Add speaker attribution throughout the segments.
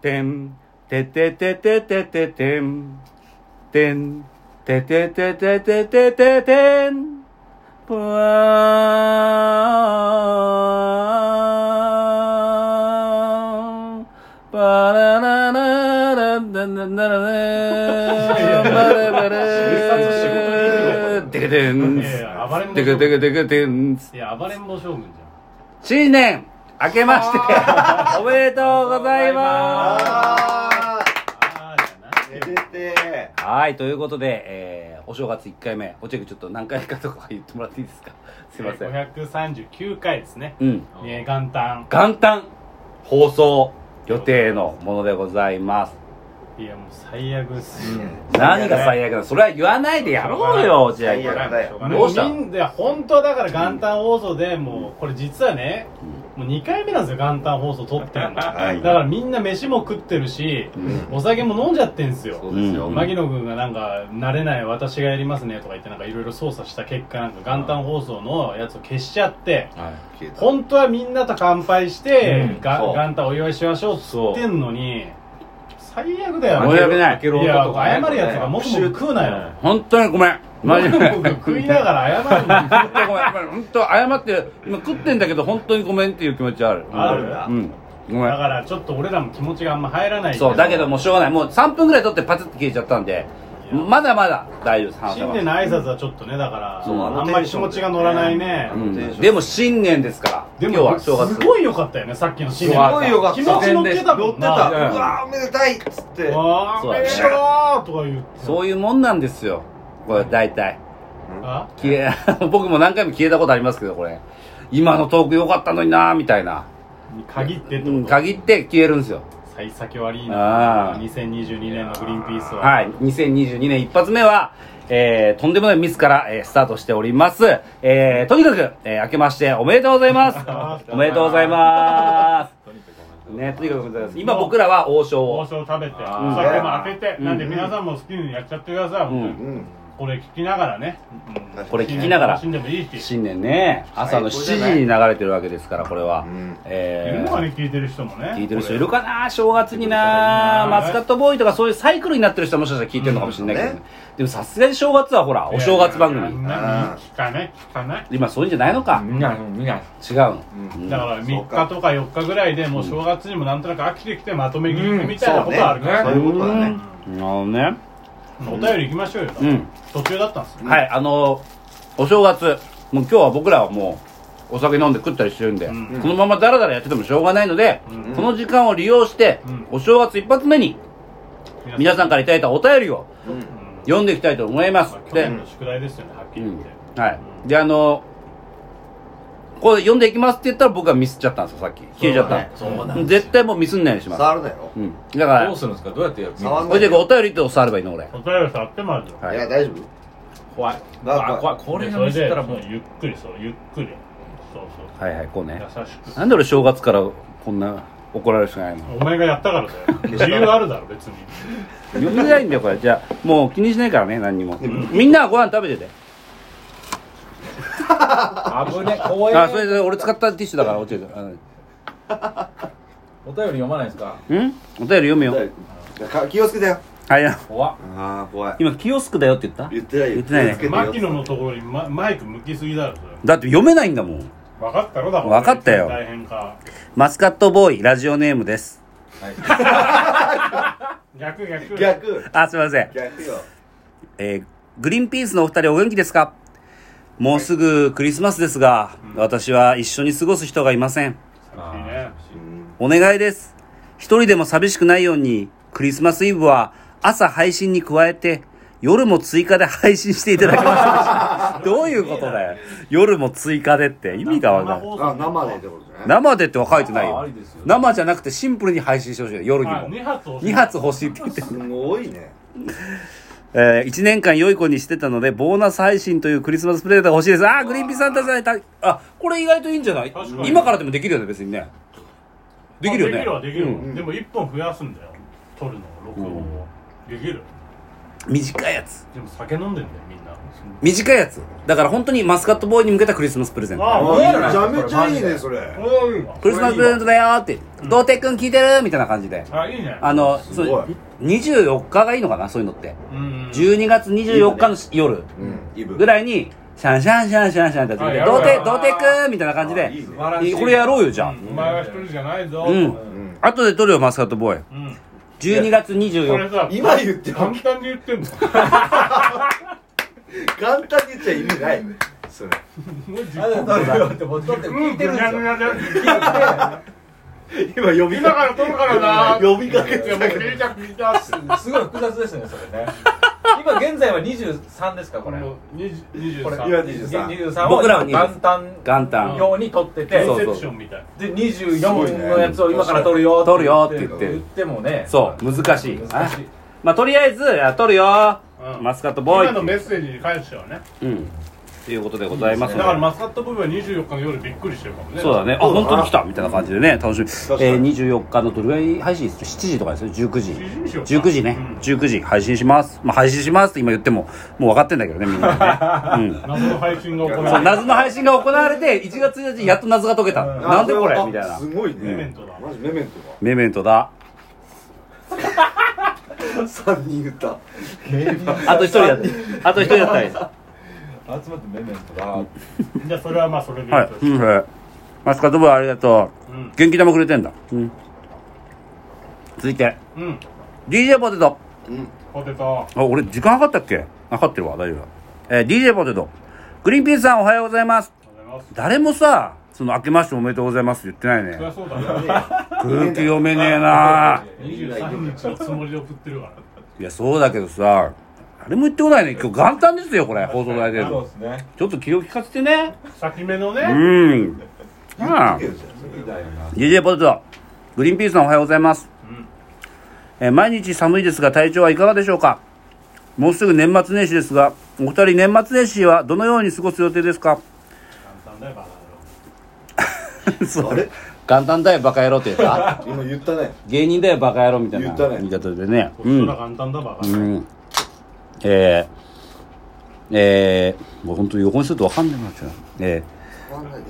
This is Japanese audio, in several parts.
Speaker 1: てん、てててててててん、てん、ててててててててん、ぽわーん、ばららららだだだらねー、ばらばらー、てけてん、
Speaker 2: いやいや暴れん
Speaker 1: て
Speaker 2: 坊
Speaker 1: け
Speaker 2: 将
Speaker 1: て
Speaker 2: 軍
Speaker 1: けてけてん、
Speaker 2: いや暴れん坊将軍じ
Speaker 1: 新年明けましておめでとうございま
Speaker 2: ゃん
Speaker 3: あ
Speaker 2: あーじゃない
Speaker 3: ー、めでて
Speaker 1: すはいということで、えーお正月1回目おチェックちょっと何回かとか言ってもらっていいです かすいません
Speaker 2: 539回ですね、
Speaker 1: うん
Speaker 2: ね元旦
Speaker 1: 元旦放送予定のものでございます
Speaker 2: いやもう最悪ですよ、
Speaker 3: ー。
Speaker 1: 何が最悪なのそれは言わないでやろうよ落合
Speaker 3: 最悪
Speaker 1: 君
Speaker 3: だよ
Speaker 1: どうした
Speaker 2: みんな本当はだから元旦放送でもうこれ実はねもう2回目なんですよ元旦放送撮ってるの、
Speaker 3: はい
Speaker 2: だからみんな飯も食ってるし、お酒も飲んじゃってんすよ
Speaker 3: そうですよ。
Speaker 1: うん
Speaker 2: 牧野君がなんか「慣れない私がやりますね」とか言ってなんかいろいろ操作した結果なんか元旦放送のやつを消しちゃって
Speaker 3: 消えた
Speaker 2: 本当はみんなと乾杯して、が
Speaker 1: そう
Speaker 2: 元旦お祝いしましょうっつってんのに最悪だよ
Speaker 1: 申し訳ない
Speaker 2: いや謝るやつがもくもく食うなよ
Speaker 1: 本当にごめん
Speaker 2: も
Speaker 1: マジ
Speaker 2: く
Speaker 1: で
Speaker 2: もく食いながら謝 るの
Speaker 1: 本当にごめん本当謝って今食ってんだけど本当にごめんっていう気持ちはある
Speaker 2: ある
Speaker 3: な
Speaker 1: うんごめん
Speaker 2: だからちょっと俺らも気持ちがあんま入らない
Speaker 1: そう、だけどもうしょうがない。もう3分ぐらい撮ってパツッと消えちゃったんで、
Speaker 2: いや
Speaker 1: まだまだ大丈夫です、話せ
Speaker 2: 新
Speaker 1: ま
Speaker 2: 年
Speaker 1: す。
Speaker 2: の挨拶はちょっとねだから
Speaker 1: そう
Speaker 2: あんまり気持ちが乗らないね
Speaker 3: あのテンショ
Speaker 1: う
Speaker 3: ン
Speaker 1: んでも新年ですから、
Speaker 2: で
Speaker 1: 今日
Speaker 2: も
Speaker 1: は
Speaker 2: す
Speaker 1: 正月。
Speaker 2: ごい良かったよねさっきの新年
Speaker 1: すごい良
Speaker 3: かった
Speaker 2: 気持ち乗ってた
Speaker 3: 乗
Speaker 2: も
Speaker 3: っ
Speaker 2: ん
Speaker 3: て
Speaker 2: な
Speaker 3: た。う
Speaker 1: まあ
Speaker 3: わー、おめでたいっつって。
Speaker 2: わあ
Speaker 1: そ
Speaker 2: お
Speaker 1: うだ
Speaker 2: め
Speaker 1: ね
Speaker 2: でとうとか言って
Speaker 1: そういうもんなんですよ。これ大体。
Speaker 2: あ
Speaker 1: 消え、 僕も何回も消えたことありますけど、これ。今のトーク良かったのになーみたいな。
Speaker 2: に限ってって
Speaker 1: う
Speaker 2: こ
Speaker 1: ん
Speaker 2: と
Speaker 1: 限って消えるんですよ。
Speaker 2: 幸先悪い
Speaker 1: あ
Speaker 2: な
Speaker 1: ー
Speaker 2: 2022年のグリーンピースは
Speaker 1: はい、2022年一発目は、えー、とんでもないミスから、えー、スタートしております。えー、とにかく、えー、明けましておめでとうございます。おめでとうございます。ね、とにかくおめでとうございます。今僕らは王将
Speaker 2: 王
Speaker 1: を。
Speaker 2: 将食べてお
Speaker 1: あー
Speaker 2: 酒も開けて
Speaker 1: うん
Speaker 2: なんで皆さんも好きにやっちゃってください
Speaker 1: ん
Speaker 2: 本当
Speaker 3: う
Speaker 2: に
Speaker 3: ん。
Speaker 2: これ聞きながらねうん
Speaker 1: これ聞きながら
Speaker 2: 楽しんでもいいし
Speaker 1: 新年ね、朝の7時に流れてるわけですから、これは。
Speaker 3: ん
Speaker 2: い
Speaker 1: え
Speaker 2: るのは
Speaker 1: ー、
Speaker 2: ね聞いてる人もね
Speaker 1: 聞いてる人いるかな正月になマスカットボーイとかそういうサイクルになってる人はもしかしたら聞いてるのかもしれないけどね。でもさすがに正月はほら、お正月番
Speaker 2: いやいや
Speaker 1: 組。
Speaker 2: いや聞かない聞かない
Speaker 1: 今そういうんじゃないのか
Speaker 4: 見ない見ない
Speaker 1: 違うの。うん
Speaker 2: だから
Speaker 3: そ
Speaker 2: 3
Speaker 3: うか
Speaker 2: 日とか4日ぐらいでもう正月にもなんとなく飽きてきてまとめ聞きみたいなことはあるか
Speaker 3: そ
Speaker 2: ら
Speaker 3: ういうことだね。
Speaker 1: なるほどね。
Speaker 2: お便り行きましょうよ
Speaker 1: うん。
Speaker 2: 途中だったんですよ
Speaker 1: はい、あのお正月、もう今日は僕らはもう、お酒飲んで食ったりしてるんで、
Speaker 2: うん
Speaker 1: このままダラダラやっててもしょうがないので、
Speaker 2: うん
Speaker 1: この時間を利用して、
Speaker 2: うん
Speaker 1: お正月一発目に、皆さんか
Speaker 2: か
Speaker 1: らいただいたお便りを
Speaker 3: うん。
Speaker 1: 読んでいきたいと思います。
Speaker 2: 去
Speaker 1: で
Speaker 2: 年、の宿題ですよねはっき
Speaker 1: う
Speaker 2: り言っ
Speaker 1: ん
Speaker 2: て、
Speaker 1: はい。で、あのこれ読んでいきますって言ったら僕はミスっちゃったんですよ、さっき。消えちゃった
Speaker 3: そうだねそうな
Speaker 1: の
Speaker 3: んです
Speaker 1: 絶対もうミスんないようにします。
Speaker 3: 触るなよ
Speaker 1: う。ん。だか
Speaker 4: どう
Speaker 1: ら、
Speaker 4: するんですかどうやってやる
Speaker 3: 触ん
Speaker 1: おじゃお便りと触ればいいの俺。
Speaker 2: お便り触ってもらうよ
Speaker 1: はい
Speaker 3: や、
Speaker 1: い。
Speaker 3: 大丈夫
Speaker 4: 怖い
Speaker 3: だから
Speaker 4: あ怖いこれ
Speaker 2: で
Speaker 4: が
Speaker 2: そ
Speaker 4: 見
Speaker 2: れ
Speaker 4: せ
Speaker 2: で
Speaker 4: たらもう
Speaker 2: ゆっくりそうゆっくりそうそう
Speaker 1: はいはい、こうね。
Speaker 2: 優しく
Speaker 1: なんで俺正月からこんな怒られるしかないの
Speaker 2: お前がやったからだ よ自由あるだろ別に
Speaker 1: 読みづらいんだよこれじゃあもう気にしないからね何にもみんなはご飯食べてて
Speaker 4: 危ね怖い
Speaker 1: あそれで俺使ったティッシュだから落ちるあの
Speaker 4: お便り読まないですか
Speaker 1: うんお便り読むよ
Speaker 3: か気をつけてよ。
Speaker 1: はいあ
Speaker 4: 怖っ
Speaker 3: あー、怖い。
Speaker 1: 今キオスクだよって言った
Speaker 3: 言ってないよ。
Speaker 1: 言ってないね
Speaker 3: 気をつけてよ
Speaker 2: 牧野のところにママイク向きすぎだろそれ
Speaker 1: だって読めないんだもん
Speaker 2: 分かったろだから
Speaker 1: 分かったよ
Speaker 2: 大変か
Speaker 1: マスカットボーイラジオネームです
Speaker 2: 逆逆
Speaker 3: 逆。
Speaker 1: あすいません
Speaker 3: 逆よ。
Speaker 1: えーグリーンピースのお二人お元気ですかもうすぐクリスマスですが私は一緒に過ごす人がいません
Speaker 2: いいね
Speaker 3: うん
Speaker 1: お願いです。一人でも寂しくないように、クリスマスイブは朝配信に加えて、夜も追加で配信していただけます でしょうかどういうことだよ。夜も追加でって意味がわかんない。
Speaker 3: あ、生でってことじゃない
Speaker 1: 生でっては書いてない
Speaker 4: 生あ
Speaker 1: よ
Speaker 4: りですよ。
Speaker 1: 生じゃなくてシンプルに配信してほしいよ。夜にも。
Speaker 2: 2発押
Speaker 1: 2発欲しいって言って。
Speaker 3: すごいね。
Speaker 1: え1年間良い子にしてたので、ボーナス配信というクリスマスプレゼントが欲しいです。あー、グリーンピースさんたちだあ、これ意外といいんじゃない
Speaker 2: 確かに
Speaker 1: 今からでもできるよね、別にね。できるよね。
Speaker 2: できるはできる、
Speaker 1: うん
Speaker 2: でも1本増やすんだよ撮るの録音を、できる
Speaker 1: 短いやつ
Speaker 2: でも酒飲んでんだよみんな
Speaker 1: 短いやつだから本当にマスカットボーイに向けたクリスマスプレゼント
Speaker 2: あ
Speaker 3: あ
Speaker 2: もう
Speaker 4: いいの
Speaker 3: めちゃめちゃいいねそれ
Speaker 2: おい
Speaker 1: クリスマスプレゼントだよーって「童貞くん聞いてる?」みたいな感じで
Speaker 2: あいいね
Speaker 1: あの
Speaker 3: す
Speaker 1: そ
Speaker 3: ごいう
Speaker 1: 24日がいいのかなそういうのって
Speaker 2: うん
Speaker 1: 12月24日の夜
Speaker 3: うんイブ
Speaker 1: ぐらいにシャンシャンシャンシャンシャンってやって
Speaker 2: あ
Speaker 1: 童貞
Speaker 2: やろうやろう
Speaker 1: 童貞くんみたいな感じ
Speaker 3: あい
Speaker 1: で
Speaker 3: いね
Speaker 4: 素晴らしい
Speaker 1: これやろうよじゃあ
Speaker 2: うんお前は一人じゃないぞ
Speaker 1: うん
Speaker 3: うん
Speaker 1: 後で撮るよマスカットボーイ
Speaker 2: うん
Speaker 1: 12月
Speaker 2: これ
Speaker 1: 24日
Speaker 2: さ
Speaker 3: 今言っても
Speaker 2: 簡単に言ってんの
Speaker 3: 簡単に言っちゃ意味ないねそれ
Speaker 2: もう自
Speaker 4: あ
Speaker 2: 分
Speaker 4: だよってもうだって
Speaker 2: う
Speaker 4: 聞
Speaker 2: ん
Speaker 4: い
Speaker 2: ぐ
Speaker 4: て
Speaker 2: に
Speaker 4: るんです
Speaker 2: ゃ
Speaker 4: よ
Speaker 2: ぐにゃじゃ
Speaker 3: 今呼び
Speaker 2: 今から撮るからな
Speaker 3: 呼びかけ
Speaker 2: い
Speaker 3: て
Speaker 2: や
Speaker 3: た
Speaker 2: もう
Speaker 3: けど
Speaker 2: 聞いた聞いたっす
Speaker 4: すごい複雑ですねそれね 今現在は23ですかこれ
Speaker 2: もう20 23
Speaker 4: これ
Speaker 3: 今23
Speaker 4: 23を
Speaker 1: 僕らは23
Speaker 4: 元旦
Speaker 1: 元旦
Speaker 4: 用に取ってて
Speaker 1: そ
Speaker 2: イ
Speaker 1: うそ
Speaker 2: ン
Speaker 1: う
Speaker 2: セプションみたい
Speaker 4: で
Speaker 3: ごい
Speaker 4: 24
Speaker 3: ね
Speaker 4: のやつを今から取るよ
Speaker 1: 撮るよって言って
Speaker 4: 言ってもね
Speaker 1: そう難しい
Speaker 4: 難しい
Speaker 1: あまあとりあえずあ撮るよー
Speaker 2: うん
Speaker 1: マスカットボーイ
Speaker 2: 今
Speaker 1: って
Speaker 2: のメッセージに返してはね
Speaker 1: うんっていうことでございますの
Speaker 2: だ
Speaker 1: で
Speaker 2: からマスカット部分は24日の夜びっくりしてるかもね
Speaker 1: そうだねあ
Speaker 3: そうだな
Speaker 1: 本当に来たみたいな感じでね楽しみ、え
Speaker 3: かに
Speaker 1: ー、24日のどれぐらい配信です7時とかですよ19時
Speaker 2: 7時にしようか
Speaker 1: 19時ね、
Speaker 2: うん
Speaker 1: 19時配信しますまあ配信しますって今言ってももう分かってんだけどねみんな ね、うん
Speaker 2: 謎の配信が行
Speaker 1: そ
Speaker 2: わ
Speaker 1: う
Speaker 2: れる
Speaker 1: 謎の配信が行われて1月1日やっと謎が解けた、なんでこれ
Speaker 3: あ
Speaker 1: みたいな
Speaker 3: すごいね
Speaker 2: メメントだ
Speaker 3: マジメメントだ
Speaker 1: メメントだ
Speaker 3: 3人言った
Speaker 1: あと1人だ ってあと1人だったり
Speaker 4: 集まってメメントだ
Speaker 2: じゃあそれはまあそれでいい
Speaker 1: はい
Speaker 2: と、して
Speaker 1: うんはい、マスカットボーイありがとう、
Speaker 2: うん
Speaker 1: 元気玉くれてんだ、うん、続いて
Speaker 2: うん
Speaker 1: DJ ポテト
Speaker 3: うん
Speaker 2: ポテト
Speaker 1: あ、俺、時間かかったっけかかってるわ、大丈夫だ。えー DJ ポテト。グリーンピースさんおはようございます。
Speaker 2: ありがとうございます
Speaker 1: 誰もさ、その、明けましておめでとうございますって言ってない
Speaker 2: そりゃ
Speaker 1: ね。
Speaker 2: そうだ
Speaker 1: 空気読めねえな
Speaker 2: 二23日のつもりで送ってるから
Speaker 1: いや、そうだけどさ、誰も言ってこないね。今日元旦ですよ、これ、放送大で。
Speaker 4: そうですね
Speaker 1: ちょっと気を利かせてね。
Speaker 2: 先目の
Speaker 1: う
Speaker 2: ね
Speaker 1: ーん。ああ。DJ ポテト。グリーンピースさんおはようございます。
Speaker 2: うん
Speaker 1: えー毎日寒いですが体調はいかがでしょうかもうすぐ年末年始ですが、お二人年末年始はどのように過ごす予定です か
Speaker 2: 簡単だよバカ
Speaker 1: そう
Speaker 3: あれ
Speaker 1: 元旦だよバカ野郎って言 った
Speaker 3: 今言ったね
Speaker 1: 芸人だよバカ野郎みたいな
Speaker 3: 言ったね
Speaker 1: 言い方でねう
Speaker 2: 野郎そ
Speaker 1: ん
Speaker 2: りゃ簡単だバカ
Speaker 1: う、んえー、えー、もう本当に横にすると分かんなくなっちゃうえー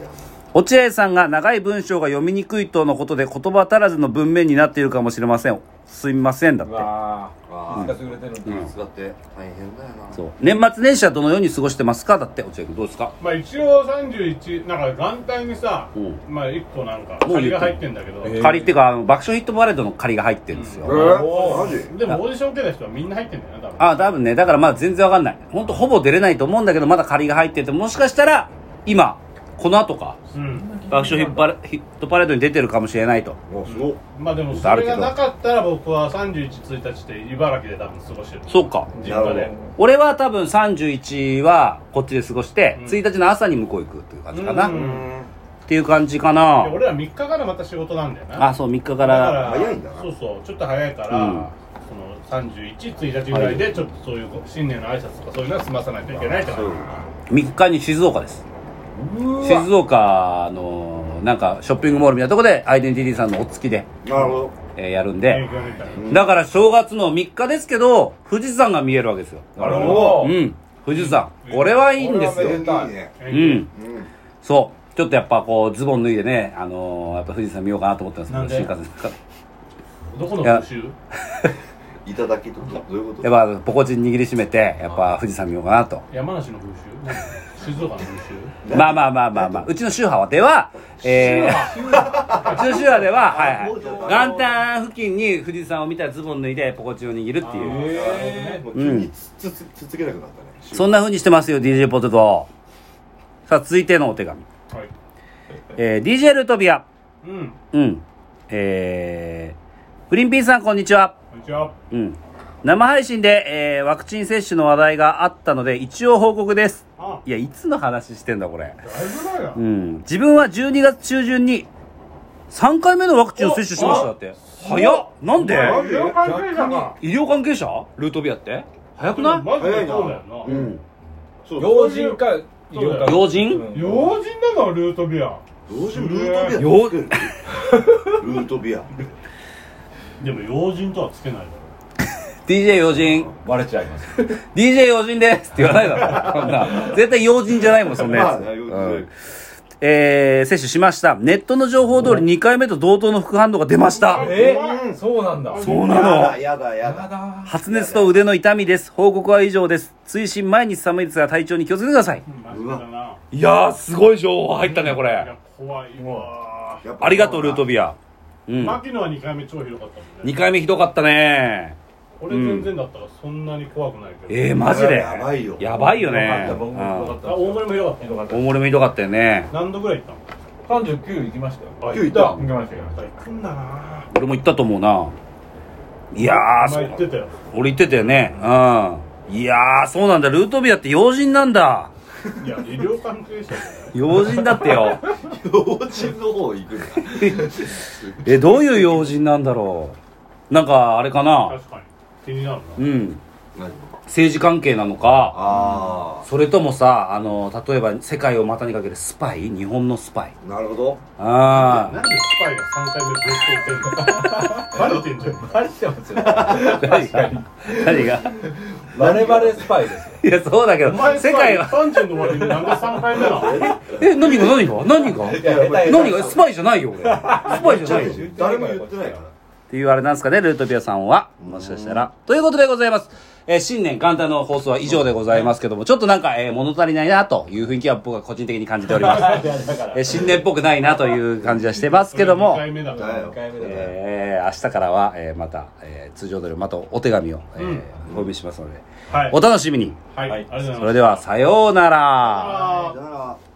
Speaker 1: 落合さんが長い文章が読みにくいとのことで言葉足らずの文面になっているかもしれませんすみませんだっ
Speaker 4: う
Speaker 1: て
Speaker 4: わ
Speaker 3: あ
Speaker 4: ー気が優れてるんだ
Speaker 3: だって大変だよな
Speaker 1: そう年末年始はどのように過ごしてますかだって落合君どうですか
Speaker 2: まあ一応31なんか元旦にさ、
Speaker 1: うん
Speaker 2: まあ1個なんか
Speaker 1: もう言って
Speaker 2: 借りが入ってんだけど、
Speaker 4: えー
Speaker 1: 仮っていうかあの爆笑ヒットパレードの仮が入ってるんですよ、
Speaker 3: え
Speaker 4: ん
Speaker 3: ーマジ
Speaker 2: でもオーディション受けた人はみんな入ってんだよな多分
Speaker 1: あ多分ねだからまだ全然わかんない本当ほぼ出れないと思うんだけどまだ仮が入っててもしかしたら今この後か
Speaker 2: うん
Speaker 1: 爆笑ヒットパレヒットパレードに出てるかもしれないと
Speaker 3: もうすごい
Speaker 2: まあでもそれがなかったら僕は311日で茨城で多分過ごしてる
Speaker 1: そうか
Speaker 2: 実家
Speaker 3: な
Speaker 2: で
Speaker 3: るほ
Speaker 1: 俺は多分31はこっちで過ごして、1日の朝に向こう行くっていう感じかな、
Speaker 2: う
Speaker 1: っ
Speaker 2: ん
Speaker 1: ていう感じか
Speaker 2: で
Speaker 1: な
Speaker 2: 俺ら3日からまた仕事なんだよな
Speaker 1: あそう3日か
Speaker 2: だ
Speaker 1: ら
Speaker 3: 早いんだな
Speaker 2: そうそうちょっと早いから、
Speaker 1: うん
Speaker 2: その311日ぐらいでちょっとそういう新年の挨拶とかそういうのは済まさないといけないじゃない
Speaker 1: 3日に静岡です静岡のなんかショッピングモールみたいなとこでアイデンティティさんのお付きで、
Speaker 3: なるほど
Speaker 1: えーやるんで
Speaker 2: 勉、強みたいな
Speaker 1: だから正月の3日ですけど富士山が見えるわけですよ
Speaker 4: なる
Speaker 1: う
Speaker 4: ほど
Speaker 1: ん富士山これはいいんです
Speaker 4: これは
Speaker 1: よ
Speaker 4: めでたい
Speaker 3: いいね
Speaker 1: うん
Speaker 3: うん
Speaker 1: そうちょっとやっぱこうズボン脱いでねあのーやっぱ富士山見ようかなと思ってたんですけど
Speaker 2: な
Speaker 1: 新幹線の中で
Speaker 2: どこの募集
Speaker 3: いただきってことどういうこと
Speaker 1: やっぱポコチン握りしめてやっぱ富士山見ようかなと
Speaker 2: 山梨の風習静岡の風習
Speaker 1: まあまあまあまあまあ うちの宗派ではえーうちの宗派で ははいはい元旦付近に富士山を見たらズボン脱いでポコチンを握るっていう
Speaker 3: もう急につつつつけなくなったね
Speaker 1: そんな風にしてますよ DJ ポテトさあ続いてのお手紙
Speaker 2: はい
Speaker 1: えー DJ ルートビア
Speaker 2: うん
Speaker 1: うんえー、グリーンピースさんこんにちは
Speaker 2: こんにちは
Speaker 1: うん。生配信で、えーワクチン接種の話題があったので、一応報告です。
Speaker 2: あ
Speaker 1: いや、いつの話してんだ、これ。
Speaker 2: だいぶ前だ
Speaker 1: うん。自分は12月中旬に、3回目のワクチンを接種しましただって。早っなんで
Speaker 2: 医療関係者が
Speaker 1: 医療関係者ルートビアって早く
Speaker 2: マ
Speaker 1: な
Speaker 2: ジ
Speaker 1: い
Speaker 2: でそうだよな、
Speaker 1: うん。
Speaker 3: そう
Speaker 4: 要人か医療か
Speaker 1: 要人
Speaker 4: うん
Speaker 2: 要人だぞルートビア
Speaker 3: どうしようルートビア
Speaker 1: よ
Speaker 3: ルートビア
Speaker 2: でも要人とはつけないだろ
Speaker 1: っ DJ 用心
Speaker 4: バレちゃいます
Speaker 1: DJ 用心ですって言わないだろ。そんな。絶対用心じゃないもん、そんなやつ。
Speaker 3: まあね用心
Speaker 1: うんえー、接種しました。ネットの情報通り2回目と同等の副反応が出ました。
Speaker 4: えー、そうなんだ
Speaker 1: そうな
Speaker 3: や
Speaker 1: の
Speaker 3: だやだや
Speaker 4: や
Speaker 3: だ
Speaker 4: だ
Speaker 1: 発熱と腕の痛みです。報告は以上です。追伸毎日寒いですが体調に気をつけてください。
Speaker 2: マジだない
Speaker 1: やー、すごい情報入ったね、こ
Speaker 2: い
Speaker 1: れ
Speaker 2: や。怖いわ
Speaker 3: やっぱ
Speaker 1: ありがとう、ルートビア。うん。
Speaker 2: 牧野は2回目超ひどかったもん
Speaker 1: 2
Speaker 2: ね
Speaker 1: 回目ひどかったね。
Speaker 2: 俺全然だったらそんなに怖くないけど
Speaker 1: えー、マジで。
Speaker 3: やばいよ
Speaker 1: やばいよね。
Speaker 4: 僕もよか
Speaker 1: う
Speaker 4: っ
Speaker 1: ん
Speaker 4: た
Speaker 2: あ大森もひどかっ
Speaker 4: よかった
Speaker 1: 大森もひどかったよね。
Speaker 2: た何度ぐらい行ったの
Speaker 4: 39行きましたよ
Speaker 2: あ
Speaker 3: 今日行った
Speaker 4: 行きましたよ
Speaker 2: 行くんだな
Speaker 1: 俺も行ったと思うな。いやー、
Speaker 2: お
Speaker 1: そう
Speaker 2: 前言ってたよ
Speaker 1: 俺言ってたよねうんいやーそうなんだルートビアって要人なんだ
Speaker 2: いや医療関係者じゃない
Speaker 1: 要人だってよ
Speaker 3: 幼稚園の方行くんだ
Speaker 1: えどういう要人なんだろうなんかあれかな
Speaker 2: 確かに気になるな
Speaker 1: うん
Speaker 3: 何
Speaker 1: 政治関係なのか
Speaker 3: あ
Speaker 1: それともさあの例えば世界を股にかけるスパイ日本のスパイ
Speaker 3: あなるほど
Speaker 1: あ
Speaker 2: なん
Speaker 1: あ
Speaker 2: でスパイが3回目ぶっ通ってんのバレてんじゃん
Speaker 4: バレてますよ
Speaker 1: 誰が誰が
Speaker 4: バレバレスパイですよ
Speaker 1: いやそうだけど
Speaker 2: お前
Speaker 1: 世界は
Speaker 2: 30の終わりになんで3回目なの
Speaker 1: え何が何が何が
Speaker 4: いや下手下手
Speaker 1: 何がスパイじゃないよ俺スパイじゃないよ
Speaker 3: 誰も言ってないから
Speaker 1: っていうあれなんですかね、ルートピアさんは。もしかしたら。ということでございます。えー新年元旦の放送は以上でございますけども、ちょっとなんか、えー物足りないなという雰囲気は僕は個人的に感じております。
Speaker 4: いやだから
Speaker 1: えー新年っぽくないなという感じはしてますけども
Speaker 2: 2、回目だから
Speaker 3: だよ
Speaker 4: 2回目だね
Speaker 1: えー明日からは、えーまた、えー通常通りまたお手紙を、えー
Speaker 2: うん
Speaker 1: お読みしますので、
Speaker 2: はい
Speaker 1: お楽しみに。
Speaker 2: はい、ありがとうございます
Speaker 1: それでは、さようなら。
Speaker 2: あー
Speaker 3: だから